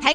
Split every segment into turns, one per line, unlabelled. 台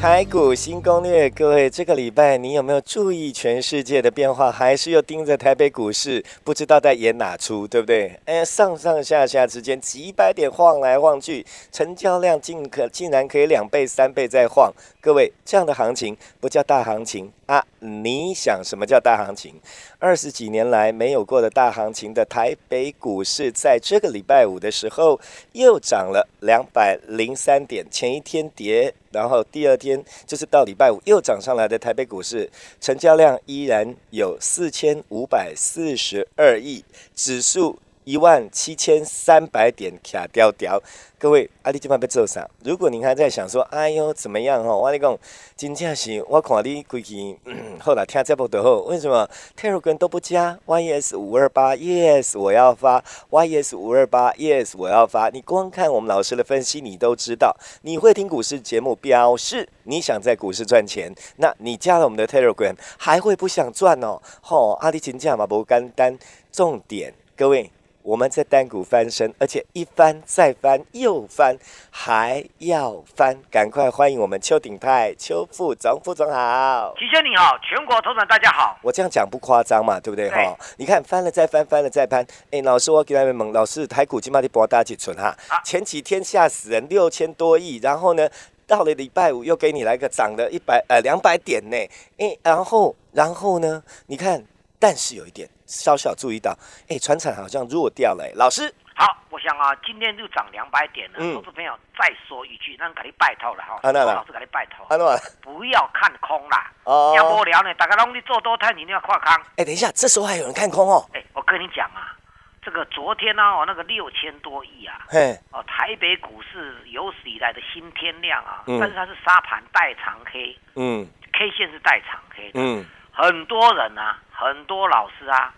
台股新攻略，各位，这个礼拜你有没有注意全世界的变化？还是又盯着台北股市，不知道在演哪出，对不对？哎，上上下下之间几百点晃来晃去，成交量竟可竟然可以两倍、三倍在晃。各位，这样的行情不叫大行情啊！你想什么叫大行情？二十几年来没有过的大行情的台北股市，在这个礼拜五的时候又涨了两百零三点，前一天跌。然后第二天就是到礼拜五又涨上来的台北股市，成交量依然有四千五百四十二亿，指数一万七千三百点卡掉掉。各位，阿里今晚被做啥？如果您还在想说，哎呦怎么样哦，我跟你讲，真正是我看你规 矩、嗯，后来听这部的后，为什么 Telegram 都不加？YES 五二八，YES 我要发，YES 五二八，YES 我要发。你光看我们老师的分析，你都知道。你会听股市节目，表示你想在股市赚钱，那你加了我们的 Telegram，还会不想赚哦？吼、哦，阿里真正嘛不简单。重点，各位。我们在单股翻身，而且一翻再翻又翻，还要翻，赶快欢迎我们邱鼎泰邱副总，副总好。
齐先你好，全国投资大家好。
我这样讲不夸张嘛，对不对
对
哈？你看翻了再翻，翻了再翻。哎，老师，我给他们猛，老师台股今嘛的博大几存哈
啊，
前几天吓死人，六千多亿，然后呢，到了礼拜五又给你来个涨了一百呃两百点呢，哎，然后然后呢，你看，但是有一点稍稍注意到，哎，船产好像弱掉了，哎老师。
好，我想啊，今天就涨两百点了。
嗯
投资朋友再说一句，让给你拜托了哈，
啊那啦
老师给你拜托，
安诺，
不要看空啦。
哦
要无聊呢，大家拢你做多探，你一定要看空。
哎，等一下，这时候还有人看空哦，
哎，我跟你讲啊，这个昨天呢、哦，那个六千多亿啊，
嘿，
哦，台北股市有史以来的新天量啊，
嗯
但是它是沙盘带长黑
嗯
，K 线是带长黑的，
嗯，
很多人啊，很多老师啊，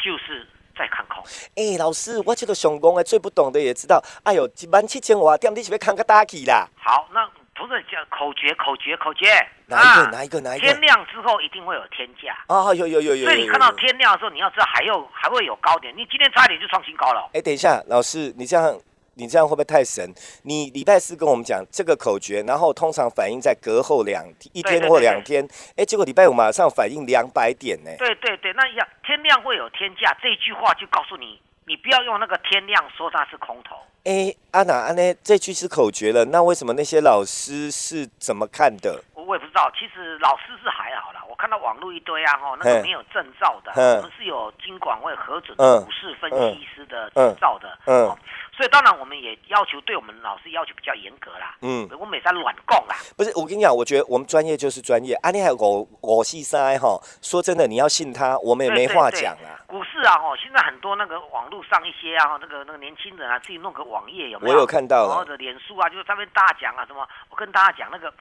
就是在看空。
哎，老师，我这个熊工哎，最不懂的也知道，哎呦，一万七千瓦点，你是不是看个大起啦？
好，那不是讲口诀，口诀，口诀，
哪一个
啊
哪一个哪一个
天亮之后一定会有天价，
啊，有有有有有，
所哎以你看到
有
天亮的时候，你要知道还有还会有高点，你今天差点就创新高了。
哎，等一下，老师，你这样你这样会不会太神？你礼拜四跟我们讲这个口诀，然后通常反映在隔后两一
对
天
对
或
对
两天，哎，结果礼拜五马上反映两百点呢。
对对对，那一样，天亮会有天价，这句话就告诉你，你不要用那个天亮说它是空头。
哎，安娜安呢，这句是口诀了，那为什么那些老师是怎么看的？
我我也不知道，其实老师是还好啦。我看到网络一堆啊，哈，那个
嗯
没有证照的，
嗯
我们是有经管会核准
嗯
股市分析师的
嗯
证照的，
嗯
哦所以当然我们也要求对我们老师要求比较严格啦。
嗯
我每次软供啦，
不是，我跟你讲，我觉得我们专业就是专业，安、啊、妮还有我我细塞哈，说真的，你要信他，我们也没话讲啦。
对对对股市啊，哈，现在很多那个网络上一些啊，哈那个那个年轻人啊，自己弄个网页有没有？
我有看到了
或者脸书啊，就是上面大家讲啊什么，我跟大家讲那个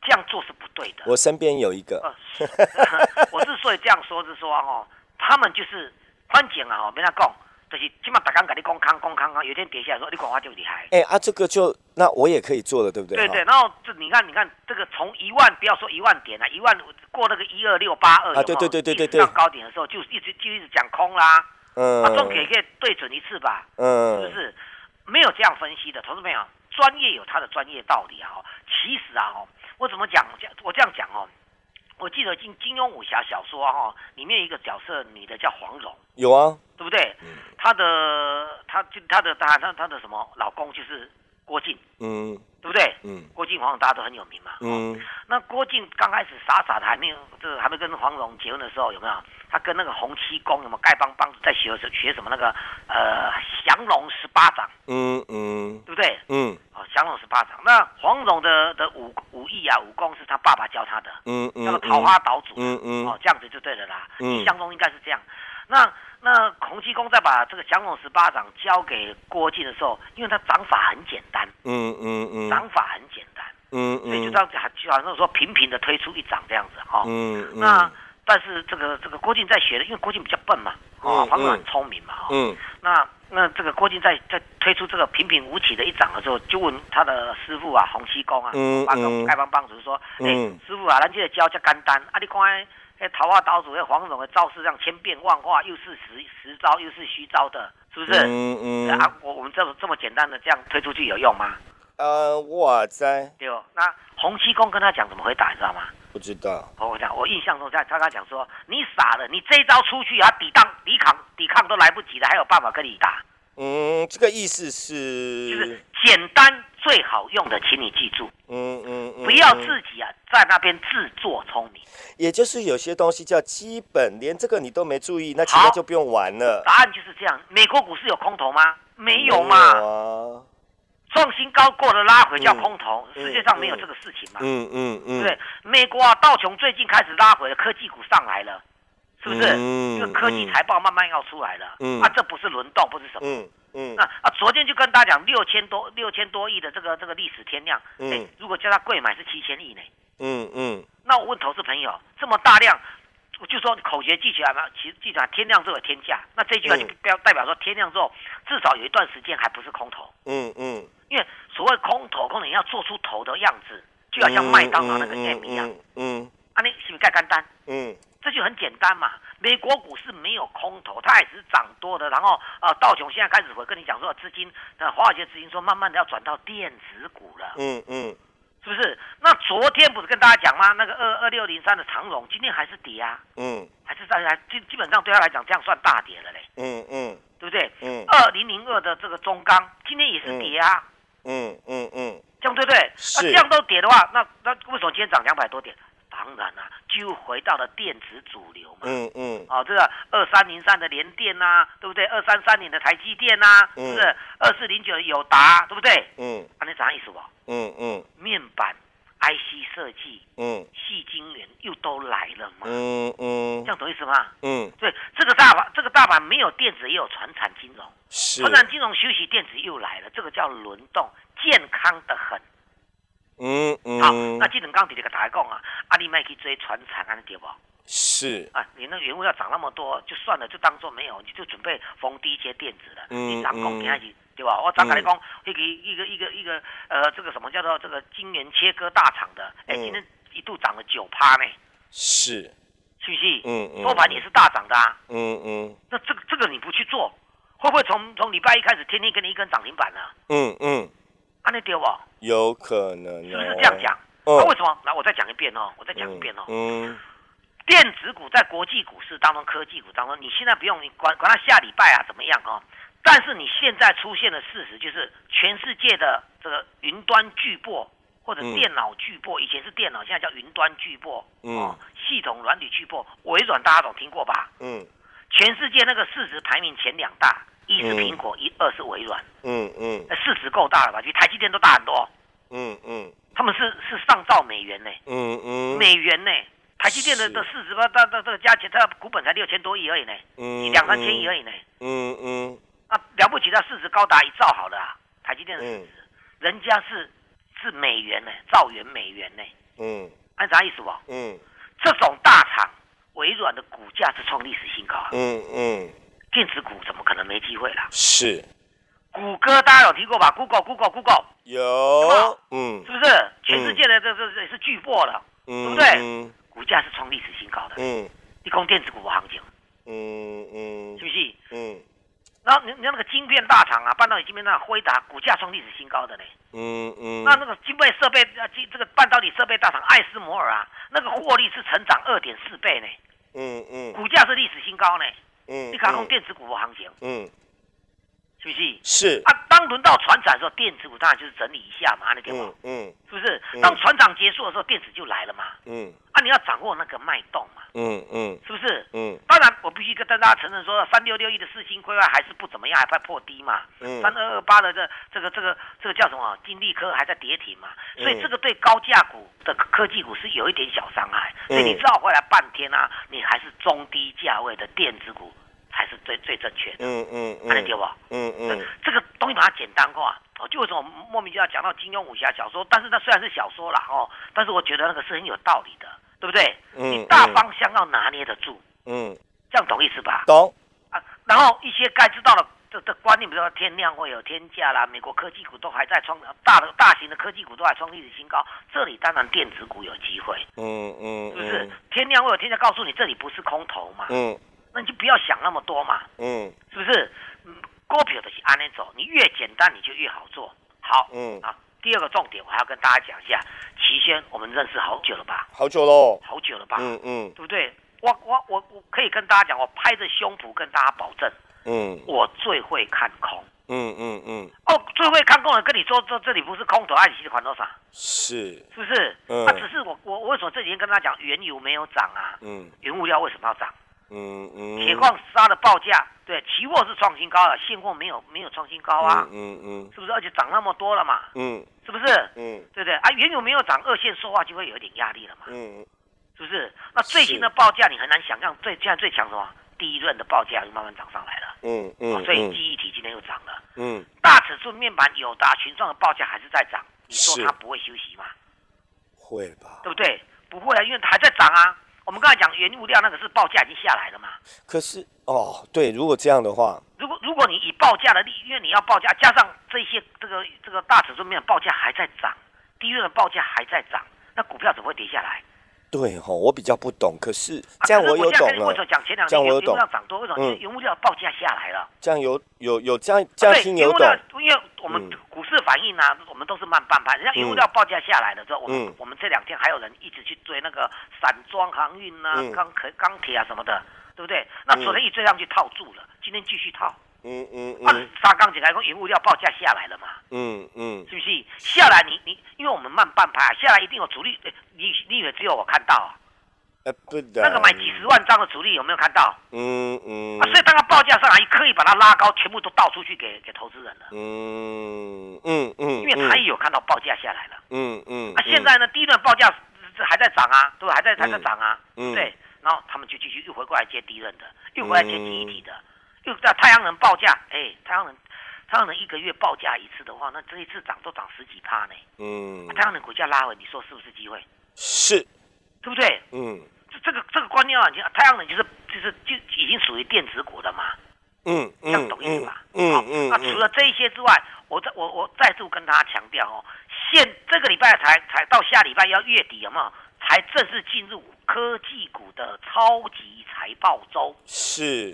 这样做是不对的。
我身边有一个，
呃，是 我之所以这样说是说哦，他们就是反正啊，哦，没人讲，就是起码大家跟你讲康讲康康，有一天跌下来说你讲话就厉害。
哎、啊，这个就那我也可以做了，对不对？
对对，
哈
然后这你看，你看这个从一万不要说一万点了、啊，一万过那个一二六八二
啊对对对对对对
高点的时候就一直就一直讲空啦，
嗯
啊，总也可以对准一次吧，是不
嗯，
是？没有这样分析的，投资朋友，专业有他的专业道理啊、哦。其实啊，哦，我怎么讲？我这样我这样讲哦，我记得金金庸武侠小说啊哦，里面有一个角色女的叫黄蓉，
有啊，
对不对？她的她就她的她她她的什么老公就是郭靖，
嗯
对不对？
嗯
郭靖、黄蓉大家都很有名嘛。哦
嗯
那郭靖刚开始傻傻的，还没有，就是还没跟黄蓉结婚的时候，有没有？他跟那个洪七公有没有丐帮帮主在学什学什么那个呃降龙十八掌，
嗯嗯
对不对？
嗯
哦，降龙十八掌。那黄蓉的的武武艺啊，武功是他爸爸教他的，
嗯
叫做
嗯，
桃花岛主。
嗯嗯
哦，这样子就对了啦。
嗯
印象中应该是这样。那那洪七公在把这个降龙十八掌交给郭靖的时候，因为他掌法很简单，
嗯嗯嗯，
掌法很简单，
嗯
所以就
嗯
这样子，就好像说频频的推出一掌这样子哈。哦
嗯
那但是这个这个郭靖在学的，因为郭靖比较笨嘛，哦
嗯，
黄蓉
嗯
很聪明嘛，哦，
嗯
那那这个郭靖在在推出这个平平无奇的一掌的时候，就问他的师傅啊，洪七公啊，
嗯
八公
嗯
丐帮帮主说，哎、
嗯
师傅啊，咱这个教较简单，啊，你看那桃花岛主那黄蓉的招式，让千变万化，又是实实招，又是虚招的，是不是？
嗯嗯
啊，我我们这么这么简单的这样推出去有用吗？
呃，哇塞，
对哦，那洪七公跟他讲怎么回答，你知道吗？
不知道，
我我讲，我印象中在他跟他讲说，你傻了，你这一招出去啊，抵挡、抵抗、抵抗都来不及了，还有办法跟你打？
嗯，这个意思
就是
是，
简单最好用的，请你记住，
嗯嗯嗯，
不要自己啊在那边自作聪明。
也就是有些东西叫基本，连这个你都没注意，那其他就不用玩了。
答案就是这样。美国股市有空头吗？没
没
有
有
嘛，
啊，
创新高过了拉回叫空头，
嗯
世界上没有这个事情嘛，
嗯嗯
对
嗯，
不对？美国啊，道琼最近开始拉回了，科技股上来了，是不是？
嗯
因为科技财报慢慢要出来了，
嗯
啊，这不是轮动，不是什么。
嗯嗯
那啊，昨天就跟大家讲六千多六千多亿的这个这个历史天量，
嗯
哎，如果叫他贵买是七千亿呢，
嗯嗯
那我问投资朋友，这么大量，我就说口诀记起来嘛，其实记起来天量之后有天价，那这句话就
嗯
不要代表说天量之后至少有一段时间还不是空头，
嗯嗯，
因为所谓空头，空头你要做出头的样子，就好像麦当劳那个 game 一样，，
嗯
啊，你是不是盖干单？
嗯
这就很简单嘛。美国股市没有空头，它也是涨多的。然后呃，道琼现在开始会跟你讲说，资金呃，华尔街资金说慢慢的要转到电子股了，
嗯嗯
是不是？那昨天不是跟大家讲吗？那个二二六零三的长荣今天还是跌啊，
嗯
还是在还基基本上对他来讲这样算大跌了嘞，
嗯嗯
对不对？
嗯
二零零二的这个中钢今天也是跌啊，
嗯嗯嗯，
这样对不对？
是
那这样都跌的话，那那为什么今天涨两百多点？当然啦、就回到了电子主流嘛。
嗯嗯
哦，这个二三零三的联电呐、对不对？二三三零的台积电呐、
嗯
是不是？二四零九的友达，对不对？
嗯
啊，你怎样意思不？
嗯嗯
面板、IC 设计、
嗯
细晶圆又都来了嘛，
嗯
这
嗯
样懂意思吗？
嗯，
对，这个大盘，这个大盘没有电子，也有传产金融，
是
传，产金融休息，电子又来了，这个叫轮动，健康的很。
嗯
好，
嗯
那，技能钢铁个大家讲啊，啊，你卖去追传产，安尼对不？
是，
啊，你那个原物料涨那么多，就算了，就当做没有，你就准备逢低接电子了。
嗯
你涨
嗯
讲给他去，对吧？我涨给你讲，一个一个一个一个呃，这个什么叫做这个晶圆切割大厂的，哎、
嗯
今天一度涨了九趴呢，
是，
是不是？
嗯嗯
多盘也是大涨的啊。
嗯嗯
那这个这个你不去做，会不会从从礼拜一开始天天给你一根涨停板呢、啊？
嗯嗯，
安尼对不？
有可能，
是不是这样讲？
哦
那、啊为什么？来，我再讲一遍哦，我再讲一遍哦。
嗯
电子股在国际股市当中、科技股当中，你现在不用你管管它下礼拜啊怎么样哦。但是你现在出现的事实就是，全世界的这个云端巨擘或者
嗯
电脑巨擘，以前是电脑，现在叫云端巨擘，
嗯
哦，系统软体巨擘，微软大家总听过吧？
嗯
全世界那个市值排名前两大，一是
嗯
苹果，一二是微软，
嗯嗯
那市值够大了吧？比台积电都大很多，
嗯嗯
他们是是上兆美元呢、
嗯嗯，
美元呢、台积电的
是
的市值吧，它它它加起来，它股本才六千多亿而已呢、
嗯
两三千亿而已呢。
嗯嗯
啊，了不起，它市值高达一兆好了、啊，台积电的市值，
嗯
人家是是美元呢、兆元美元呢、
嗯
按啥意思不？啊
嗯
这种大厂，微软的股价是创历史新高啊，
嗯嗯，
电子股怎么可能没机会啦？
是
谷歌大家有听过吧？Google Google Google
有，嗯
是不是？全世界的这这这是巨擘了，
嗯，嗯
股价是创历史新高的。
嗯
你讲电子股行情
嗯
是不是？
嗯
然后你你那个晶片大厂啊，半导体晶片大厂辉达股价创历史新高的呢。
嗯嗯，
那那个晶片设备啊，这这个半导体设备大厂艾斯摩尔啊，那个获利是成长二点四倍呢，
嗯嗯
股价是历史新高呢。
嗯，
你看看电子股的行情
嗯
是是不是？
是，
啊，当轮到船长的时候，电子股当然就是整理一下嘛，那对
嗯
吧？
嗯
是不是
嗯？
当船长结束的时候，电子就来了嘛。
嗯
啊，你要掌握那个脉动嘛，
嗯嗯
是不是？
嗯
当然，我必须跟大家承认说，三六六一的四星规划还是不怎么样，还快破低嘛。
嗯
三二二八的这这个这个这个叫什么？金利科还在跌停嘛，所以
嗯
这个对高价股的科技股是有一点小伤害。所以你
嗯
绕回来半天啊，你还是中低价位的电子股才是最最正确的，
嗯嗯
看得对
嗯
不？
嗯嗯
这个东西把它简单化。哦，就为什么莫名其妙讲到金庸武侠小说？但是它虽然是小说啦，哦，但是我觉得那个是很有道理的，对不对？
嗯
你大方向要拿捏得住，
嗯，
这样懂意思吧？
懂，
啊，然后一些该知道的这这观念，比如说天量会有天价啦，美国科技股都还在创大的大型的科技股都还创历史新高，这里当然电子股有机会，
嗯嗯
是不是？
嗯
天量会有天价，告诉你这里不是空头嘛，
嗯
那你就不要想那么多嘛，
嗯
是不是？嗯，股票就是按那走，你越简单你就越好做。好，
嗯，
啊，第二个重点我还要跟大家讲一下，齐轩，我们认识好久了吧？
好久喽，
好久了吧？
嗯嗯
对不对？我我我我可以跟大家讲，我拍着胸脯跟大家保证，
嗯
我最会看空。
嗯嗯嗯，
哦，最会看空的跟你说，这这里不是空头，爱你的款多少，
是，
是不是？
嗯
那、只是我我我为什么这几天跟他讲原油没有涨啊？
嗯
原物料为什么要涨？
嗯嗯，
铁矿砂的报价，对，期货是创新高了，现货没有没有创新高啊，
嗯嗯
是不是？而且涨那么多了嘛，
嗯
是不是？
嗯
对不对啊，原油没有涨，二线说话就会有一点压力了嘛，
嗯
是不是？那最近的报价你很难想象，最现在最强什么？第一轮的报价就慢慢涨上来了，
嗯
哦
嗯，
所以记忆体今天又涨了。
嗯
大尺寸面板友达群创的报价还是在涨，你说
是
它不会休息吗？
会吧？
对不对？不会啊，因为它还在涨啊。我们刚才讲原物料那个是报价已经下来了嘛。
可是哦，对，如果这样的话，
如果如果你以报价的利，因为你要报价，加上这些这个这个大尺寸面板报价还在涨，低润的报价还在涨，那股票怎么会跌下来？
对哈，我比较不懂，可是
啊
这样
可是
我
我
有
现在
懂
跟你为什么
了，
讲前两
这
天
样我有
原物料
懂
涨多，为什
嗯
么？因为原物料报价下来了。
这样有有有这样这样
啊对
听
原
有
物
懂
料，，因为我们
嗯
股市反应啊，我们都是慢半拍。人家原物料报价下来了之后，我们
嗯
我们这两天还有人一直去追那个散装航运啊、
嗯
钢铁钢铁啊什么的，对不对？那昨天一追上去套住了，今天继续套。
嗯嗯
啊
嗯，
沙钢铁来说原物料报价下来了嘛，
嗯嗯
是不是？下来你你，因为我们慢半拍、啊，下来一定有主力。呃你你以为只有我看到啊？
呃不的，
那个买几十，万张的主力有没有看到？
嗯嗯
啊，所以当它报价上来，刻意把它拉高，全部都倒出去给给投资人了，
嗯嗯嗯，
因为他也有看到报价下来了。
嗯嗯，
啊，现在呢，第一段报价这还在涨啊，对吧？还在还在涨啊，
嗯
对。然后他们就继续又回过来接低润的，又回来接记忆体的，又在太阳能报价，哎，太阳能，太阳能一个月报价一次的话，那这一次涨都涨十几趴呢，
嗯
太阳能股价拉回，你说是不是机会？
是
对不对？
嗯
这这个这个观念啊，你看太阳能就是就是就已经属于电子股了嘛，
嗯
这样懂意思
嗯
吧？好
嗯
那除了这一些之外，我再我我再度跟大家强调哦，现这个礼拜才才到下礼拜要月底，有没有？才正式进入科技股的超级财报周，
是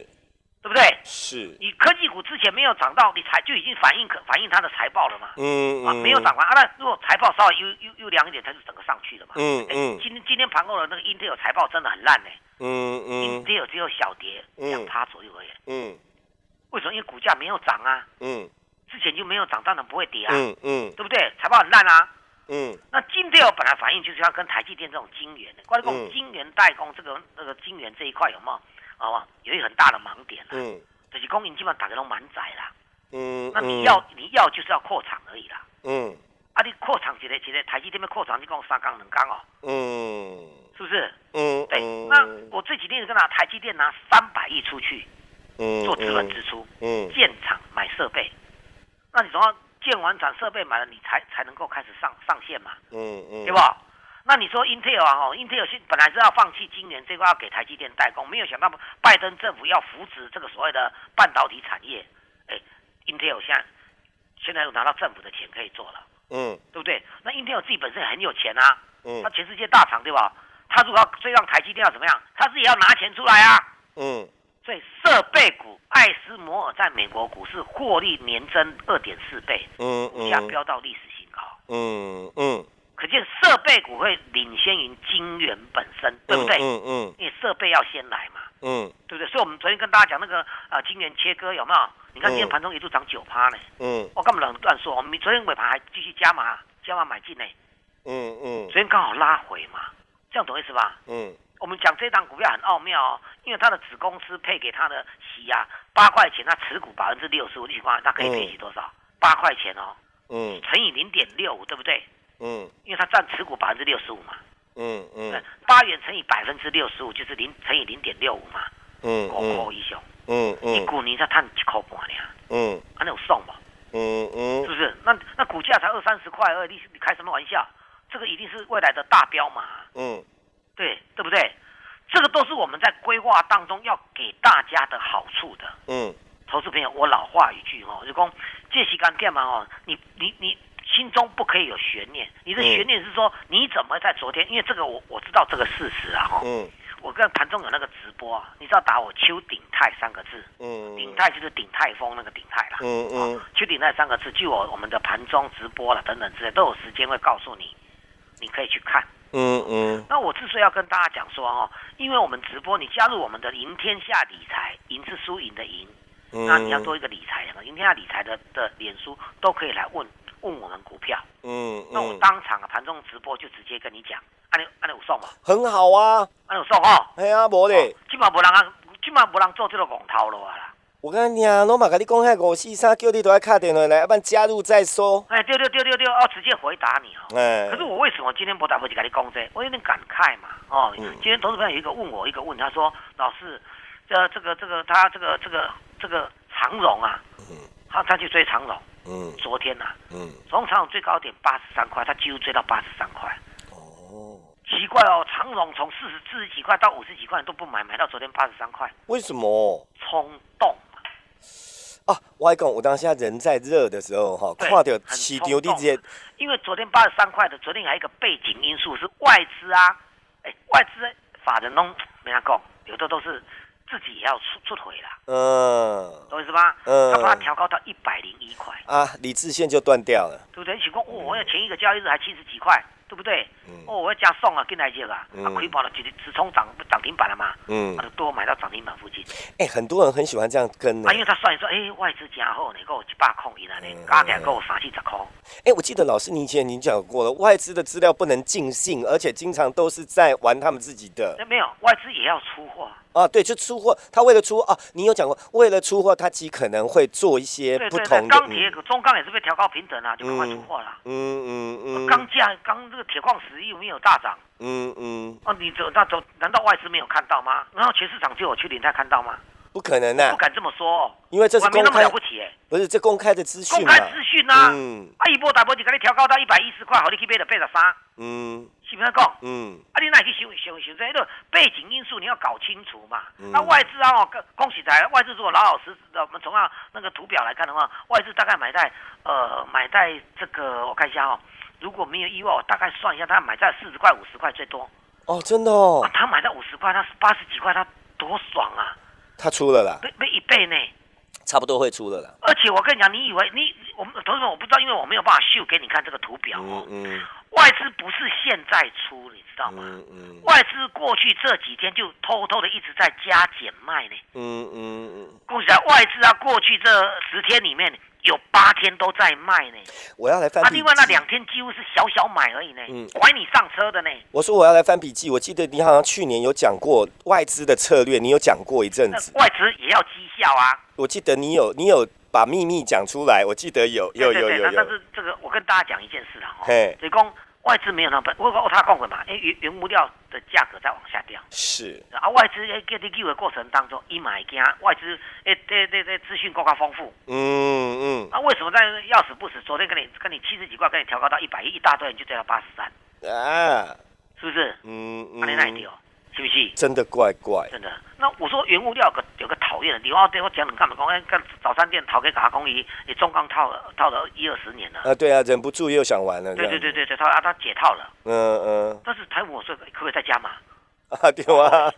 对不对？
是
你科技股之前没有涨到，你才就已经反映可反映它的财报了嘛？
嗯
啊，没有涨完啊，那如果财报稍微优优优良一点，它就整个上去了嘛。
嗯
哎
嗯
今天今天盘后的那个 Intel 财报真的很烂呢、
嗯
i n
嗯
t e l 只有小跌
嗯
两趴左右而已。
嗯
为什么？因为股价没有涨啊，
嗯
之前就没有涨，当然不会跌啊，
嗯嗯
对不对？财报很烂啊，
嗯
那金队友本来反应就是要跟台积电这种晶圆的，关于这种
嗯
晶圆代工这个那个晶圆这一块有没有？哦，有一个很大的盲点啦，
嗯
就是供应基本上打开都满载啦。
嗯，
那你要你要就是要扩厂而已啦。
嗯
啊，你扩厂一个一个台积电要扩厂，你讲三缸两缸哦，
嗯
是不是？
嗯
对。那我这几天跟他台积电拿三百亿出去做资本支出，
嗯
建厂买设备，那你总要建完厂设备买了，你才才能够开始上上线嘛。
嗯嗯，
对不？那你说 Intel 啊，哦，Intel 现本来是要放弃晶圆这块，要给台积电代工，没有想到拜登政府要扶持这个所谓的半导体产业，哎，Intel 现在现在又拿到政府的钱可以做了，
嗯
对不对？那 Intel 自己本身很有钱啊，
嗯
它全世界大厂对吧？它如果要追上台积电要怎么样？它自己要拿钱出来啊。
嗯
所以设备股艾斯摩尔在美国股市获利年增二点四倍，
嗯
股价
嗯
飙到历史新高。
嗯嗯，
可见设备股会领先于晶圆本身，对不对？
嗯嗯
因为设备要先来嘛，
嗯
对不对？所以我们昨天跟大家讲那个呃，今年切割有没有？你看今天
嗯
盘中一度涨九趴呢，
嗯
我根本乱乱说，我们昨天尾盘还继续加码加码买进呢，
嗯嗯
昨天刚好拉回嘛，这样懂意思吧？
嗯
我们讲这档股票很奥妙哦，因为它的子公司配给它的息啊，八块钱，它持股百分之六十五的情况下，它可以配息多少？八块钱哦，
嗯
乘以零点六五，对不对？
嗯
因为它占持股百分之六十五嘛，
嗯嗯
八元乘以百分之六十五就是零乘以零点六五嘛，
嗯
五块以上，
嗯
一
嗯
股你才赚一块半呢，
嗯
啊那有送吗？
嗯
是
嗯
不是？那那股价才二三十块而已，你你开什么玩笑？这个一定是未来的大标嘛，
嗯
对对不对？这个都是我们在规划当中要给大家的好处的。
嗯
投资朋友，我老话一句哦，就讲这时间干嘛哦？你你你心中不可以有悬念，你的
嗯
悬念是说你怎么在昨天？因为这个我我知道这个事实啊哦，
嗯
我跟盘中有那个直播啊，你知道打我邱鼎泰三个字，
嗯
鼎泰就是鼎泰丰那个鼎泰啦，
嗯嗯
哦，邱鼎泰三个字，据我我们的盘中直播了等等之类都有时间会告诉你，你可以去看。
嗯嗯
那我之所以要跟大家讲说哦，因为我们直播，你加入我们的赢天下理财，赢是输赢的赢。
嗯，
那你要做一个理财的嘛，赢天下理财的的脸书都可以来问问我们股票。
嗯
那我当场啊盘中直播就直接跟你讲，按你啊按你有送嘛，
很好啊，
按有送哦。
哎呀，无咧。
今嘛无人啊，今嘛无人做这个广头了啦。
我跟你讲，拢嘛甲你讲遐五四三，叫你都要敲电话来，要不然加入再说。
哎，对对对对对，哦，直接回答你哦。
哎
可是我为什么今天不打回去跟你讲这我有点感慨嘛，哦，
嗯
今天投资朋友有一个问我一个问，他说老师，这这个这个他这个这个这个长荣啊，他他去追长荣，
嗯
昨天呐、啊，
嗯，
从长荣最高点八十三块，他几乎追到八十三块，
哦，
奇怪哦，长荣从四十四十几块到五十几块你都不买，买到昨天八十三块，
为什么
冲动嘛，
啊？我还讲，我当下人在热的时候哈，
对
看到
很
市
冲
场的
动
这
因为昨天八十三块的，昨天还有一个背景因素是外资啊，哎，外资法人弄没人讲，有的都是自己也要出出腿啦，
嗯
懂我意思吧？
嗯
他把它调高到一百零一块，
啊，理智线就断掉了。
对不对？你想讲，哦，我要前一个交易日还七十几块，对不对？
嗯
哦，我要加送啊，跟来接啊，
嗯
啊，亏本了，直直冲涨涨停板了嘛，
嗯
啊，，就多买到涨停板附近，
哎、很多人很喜欢这样跟呢、
啊，因为他算一算，哎，外资加厚呢，给我一百空一了呢，
嗯
加起来给我三四十块，
哎、我记得老师你以前您讲过了，外资的资料不能尽信，而且经常都是在玩他们自己的
哎那没有，外资也要出货。
啊。对，就出货，他为了出啊，你有讲过，为了出货，他极可能会做一些
对
不
对
同
对，
的。
钢铁中钢也是被调高平等啊，就赶快出货啦。
嗯嗯嗯
钢价钢这个铁矿石又没有大涨
嗯嗯，
哦，你走那走，难道外资没有看到吗？然后全市场只有我去林泰看到吗？
不可能呐、
不敢这么说、哦，
哎因为这
我
是
还没
公
那么
开
了，不起哎、
不是这公开的资讯
公
嘛
开？资讯呐、啊，
嗯
啊一波打波就给你调高到一百一十块，好你去买了八十三，
嗯
是不是讲？
嗯
啊，你哪去想想想这个背景因素，你要搞清楚嘛。
嗯
那外资啊，哦恭恭喜台外资，如果老老实实的，我们从啊那个图表来看的话，外资大概买在呃买在这个我看一下哦，如果没有意外，我大概算一下，他买在四十块五十块最多。
哦，真的哦
啊，，他买到五十块，他八十几块，他多爽啊！
他出了啦，
被被一倍呢。
差不多会出了啦。
而且我跟你讲，你以为你我们同学们我不知道，因为我没有办法秀给你看这个图表哦
嗯。嗯
外资不是现在出，你知道吗？
嗯嗯
外资过去这几天就偷偷的一直在加减卖呢。
嗯嗯嗯，
恭喜啊，外资啊，过去这十天里面有八天都在卖呢，
我要来翻
啊，
笔
另外那
记
两天几乎是小小买而已呢，
嗯
拐你上车的呢。
我说我要来翻笔记，我记得你好像去年有讲过外资的策略，你有讲过一阵
那
子。
外资也要绩效啊，
我记得你有你有把秘密讲出来，我记得有有
对
有
对
有
对，那但
有。
是这个我跟大家讲一件事啦，哦
嘿，
所以讲外资没有那么笨，我我他讲过嘛，哎，原原物料的价格在往下掉。
是，
啊，外资在给你救的过程当中，一买惊，外资哎诶，这这这资讯够较丰富，
嗯嗯，
啊，为什么在要死不死？昨天跟你跟你七十几块，跟你调高到一百一，一大堆人就追到八十三，
啊，
是不是？
嗯
那你那一
嗯，
条，是不是？
真的怪怪。
真的。那我说原物料有个有个讨厌的地方，对我讲你干嘛讲？哎，干早餐店讨给嘎公鱼，你中钢套了套了一二十年了。
啊，对啊，忍不住又想玩了。
对
这
对
样
对，对对，他啊他解套了，
嗯嗯，
但是台股我说可不可以再加码？
啊对啊，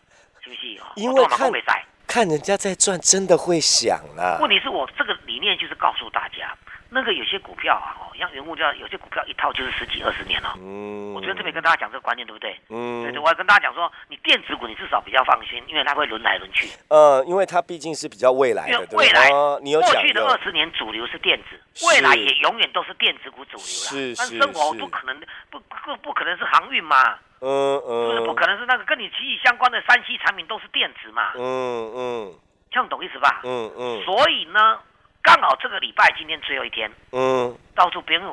是不是？哦
因为
我都嘛
看
讲没赛。
看人家在赚，真的会想啦。啊
问题是我这个理念就是告诉大家，那个有些股票啊，哦，像原物料，有些股票一套就是十几二十年了、
嗯
我昨天特别跟大家讲这个观念，对不对？对对，
嗯
我要跟大家讲说，你电子股你至少比较放心，因为它会轮来轮去。
呃，因为它毕竟是比较未来
因
的，
为
对不
未
对？
来、
哦你有
过
讲
去的
过
二十年主流是电
是
子，未来也永远都是电子股主流
是
啦。但
是
生活
是
不可能不不不可能是航运嘛，
嗯
不是
嗯，
不可能是那个跟你息息相关的三 C 产品都是电子嘛，
嗯嗯
这样懂意思吧？
嗯嗯
所以呢，刚好这个礼拜今天最后一天，
嗯，
告诉别人，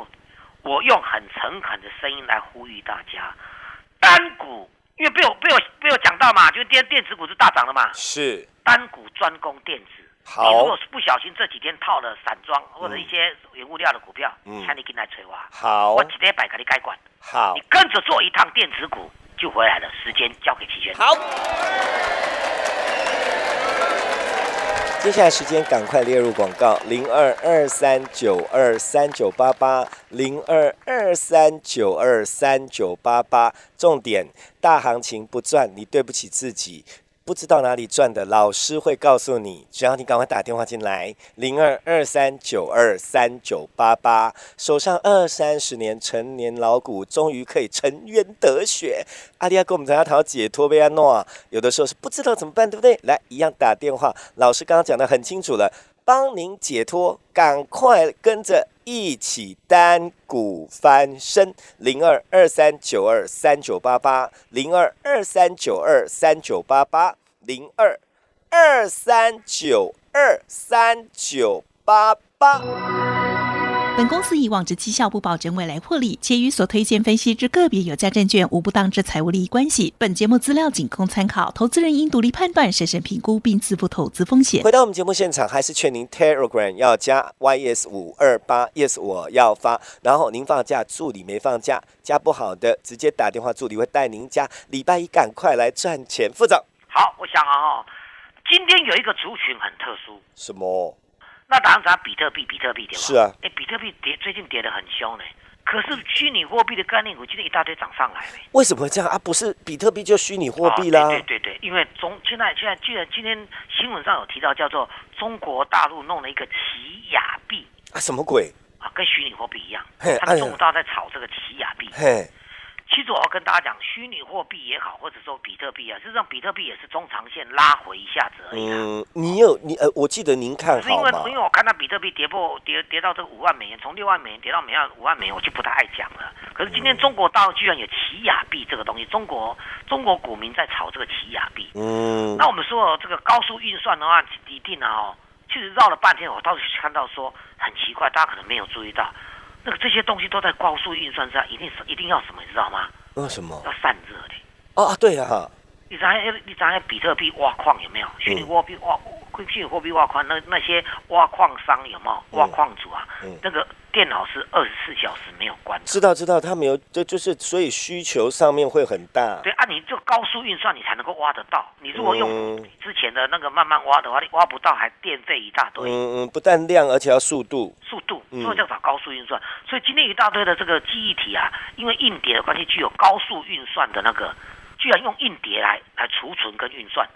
我用很诚恳的声音来呼吁大家，单股，因为被我被我被我讲到嘛，就是电电子股是大涨的嘛，
是
单股专攻电子。
好
你如果不小心这几天套了散装或者一些原物料的股票，
嗯
请你进来催我，
好
我今天百给你该管，
好
你跟着做一趟电子股就回来了。时间交给齐全。
好。接下来时间赶快列入广告，零二二三九二三九八八，零二二三九二三九八八。重点，大行情不赚，你对不起自己。不知道哪里赚的，老师会告诉你。只要你赶快打电话进来，零二二三九二三九八八。手上二三十年陈年老股，终于可以沉冤得雪。阿利亚跟我们谈要讨解脱贝安诺啊，有的时候是不知道怎么办，对不对？来，一样打电话。老师刚刚讲的很清楚了，帮您解脱，赶快跟着一起单股翻身。零二二三九二三九八八，零二二三九二三九八八，零二二三九二三九八八。
本公司以往之绩效不保证未来获利，且与所推荐分析之个别有价证券无不当之财务利益关系。本节目资料仅供参考，投资人应独立判断、审慎评估并自负投资风险。
回到我们节目现场，还是劝您 Telegram 要加 YS 五二八 Yes 我要发，然后您放假，助理没放假，加不好的直接打电话，助理会带您加。礼拜一赶快来赚钱，副总。
好，我想啊、哦，今天有一个族群很特殊，
什么？
那当然比特币，比特币对吧？
是啊。
哎，比特币跌最近跌得很凶呢，可是虚拟货币的概念股今天一大堆涨上来了。
为什么会这样啊？不是比特币就虚拟货币啦？
啊对对对对，因为中现在现在既然今天新闻上有提到叫做中国大陆弄了一个奇亚币
啊，什么鬼？
啊，跟虚拟货币一样，哦
嘿
他
哎
们
呀
中国大陆在炒这个奇亚币。
嘿，
其实我要跟大家讲，虚拟货币也好，或者说比特币啊，事实上比特币也是中长线拉回一下子而已啦。
嗯，你有你呃，我记得您看
哎可是因
好
为
吗
因？为我看到比特币跌破跌跌到这五万美元，从六万美元跌到每样五万美元，我就不太爱讲了。可是今
嗯
天中国大陆居然有奇亚币这个东西，中国中国股民在炒这个奇亚币。
嗯
那我们说哦这个高速运算的话，一定啊、哦，其实绕了半天，我倒是看到说很奇怪，大家可能没有注意到，那个这些东西都在高速运算上，一定是一定要什么，你知道吗？
那什么？
要散热的。
啊，对啊，
你知道那，你知道那比特币挖矿有没有？虚
嗯
拟货币挖，虚拟货币挖矿，那那些挖矿商有没有？挖矿主啊，
嗯
那个电脑是二十四小时没有关的。
知道知道，他没有，就就是所以需求上面会很大。
对，按、啊你这高速运算，你才能够挖得到。你如果用
嗯
之前的那个慢慢挖的话，你挖不到，还电费一大堆。
嗯嗯，不但量，而且要速度。
速度，
嗯
所以叫找高速运算。所以今天一大堆的这个记忆体啊，因为硬碟的关系，具有高速运算的那个，居然用硬碟来来储存跟运算。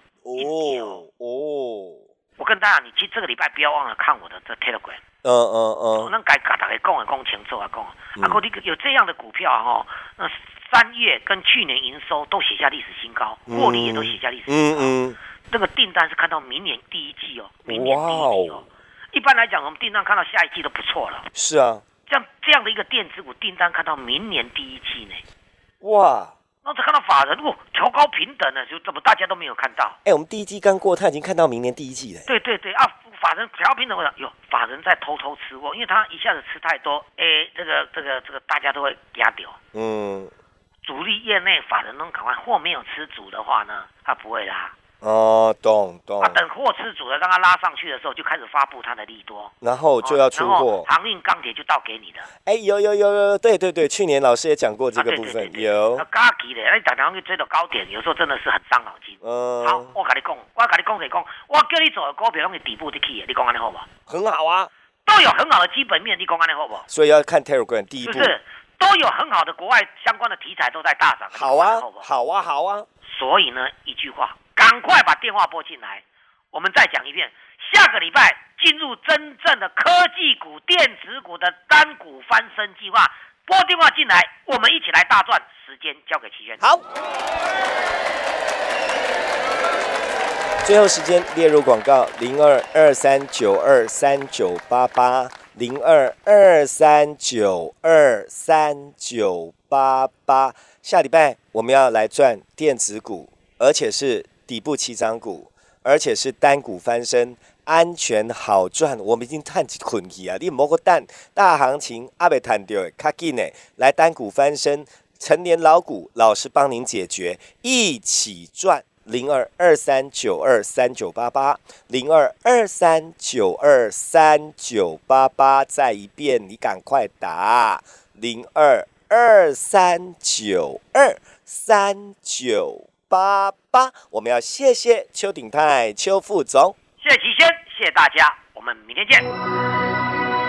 哦哦，
我跟大家，你其实这个礼拜不要忘了看我的这 Telegram，
嗯嗯嗯，
那该大家讲啊讲清楚啊讲啊，啊，哥你有这样的股票哦，那三月跟去年营收都写下历史新高，获利也都写下历史
嗯
新高，
嗯，
那个订单是看到明年第一季哦，明年第一季
哇哦
哦。一般来讲，我们订单看到下一季都不错了。
是啊，
这样这样的一个电子股订单看到明年第一季呢，
哇，
那才看到法人哦，调高平等呢，就怎么大家都没有看到？
哎、我们第一季刚过，他已经看到明年第一季了。
对对对啊，法人调高平等，我想哟，法人在偷偷吃货，因为他一下子吃太多，哎，这个这个这个大家都会压掉。
嗯，
主力业内法人能赶快货没有吃足的话呢，他不会拉。
哦，懂懂
啊，，等货吃足了，让他拉上去的时候，就开始发布他的利多。哦
然后就要出
然后
货。
航运钢铁就倒给你的。
哎、有有有有，对对对，去年老师也讲过这
啊，
个
对
部
对对
分，
对，
有
啊，，嘎急的，哎，常常去追到高点，有时候真的是很伤脑筋。好
嗯，，
我跟你讲，我跟你讲就讲，我叫你做的股票拢是底部的起的，你讲安尼好不好？
很好啊，
都有很好的基本面，你讲安尼好不好？
所以要看 Telegram 第一
是
步
不。是？都有很好的国外相关的题材都在大涨，
好
你
啊
讲安尼好不，好？
好啊，好啊，
所以呢，一句话，赶快把电话拨进来。我们再讲一遍，下个礼拜进入真正的科技股、电子股的单股翻身计划，拨电话进来，我们一起来大赚。时间交给齐轩。
好。最后时间列入广告：零二二三九二三九八八，零二二三九二三九八八。下礼拜我们要来赚电子股，而且是底部起涨股，而且是单股翻身，安全好赚。我们已经探捆起啊，你摸个蛋，大行情阿贝探掉，卡紧呢，来单股翻身。成年老股，老师帮您解决，一起赚。零二二三九二三九八八，零二二三九二三九八八，再一遍，你赶快打零二二三九二三九八八。我们要谢谢邱鼎泰邱副总。
谢谢齐轩，谢谢大家，我们明天见。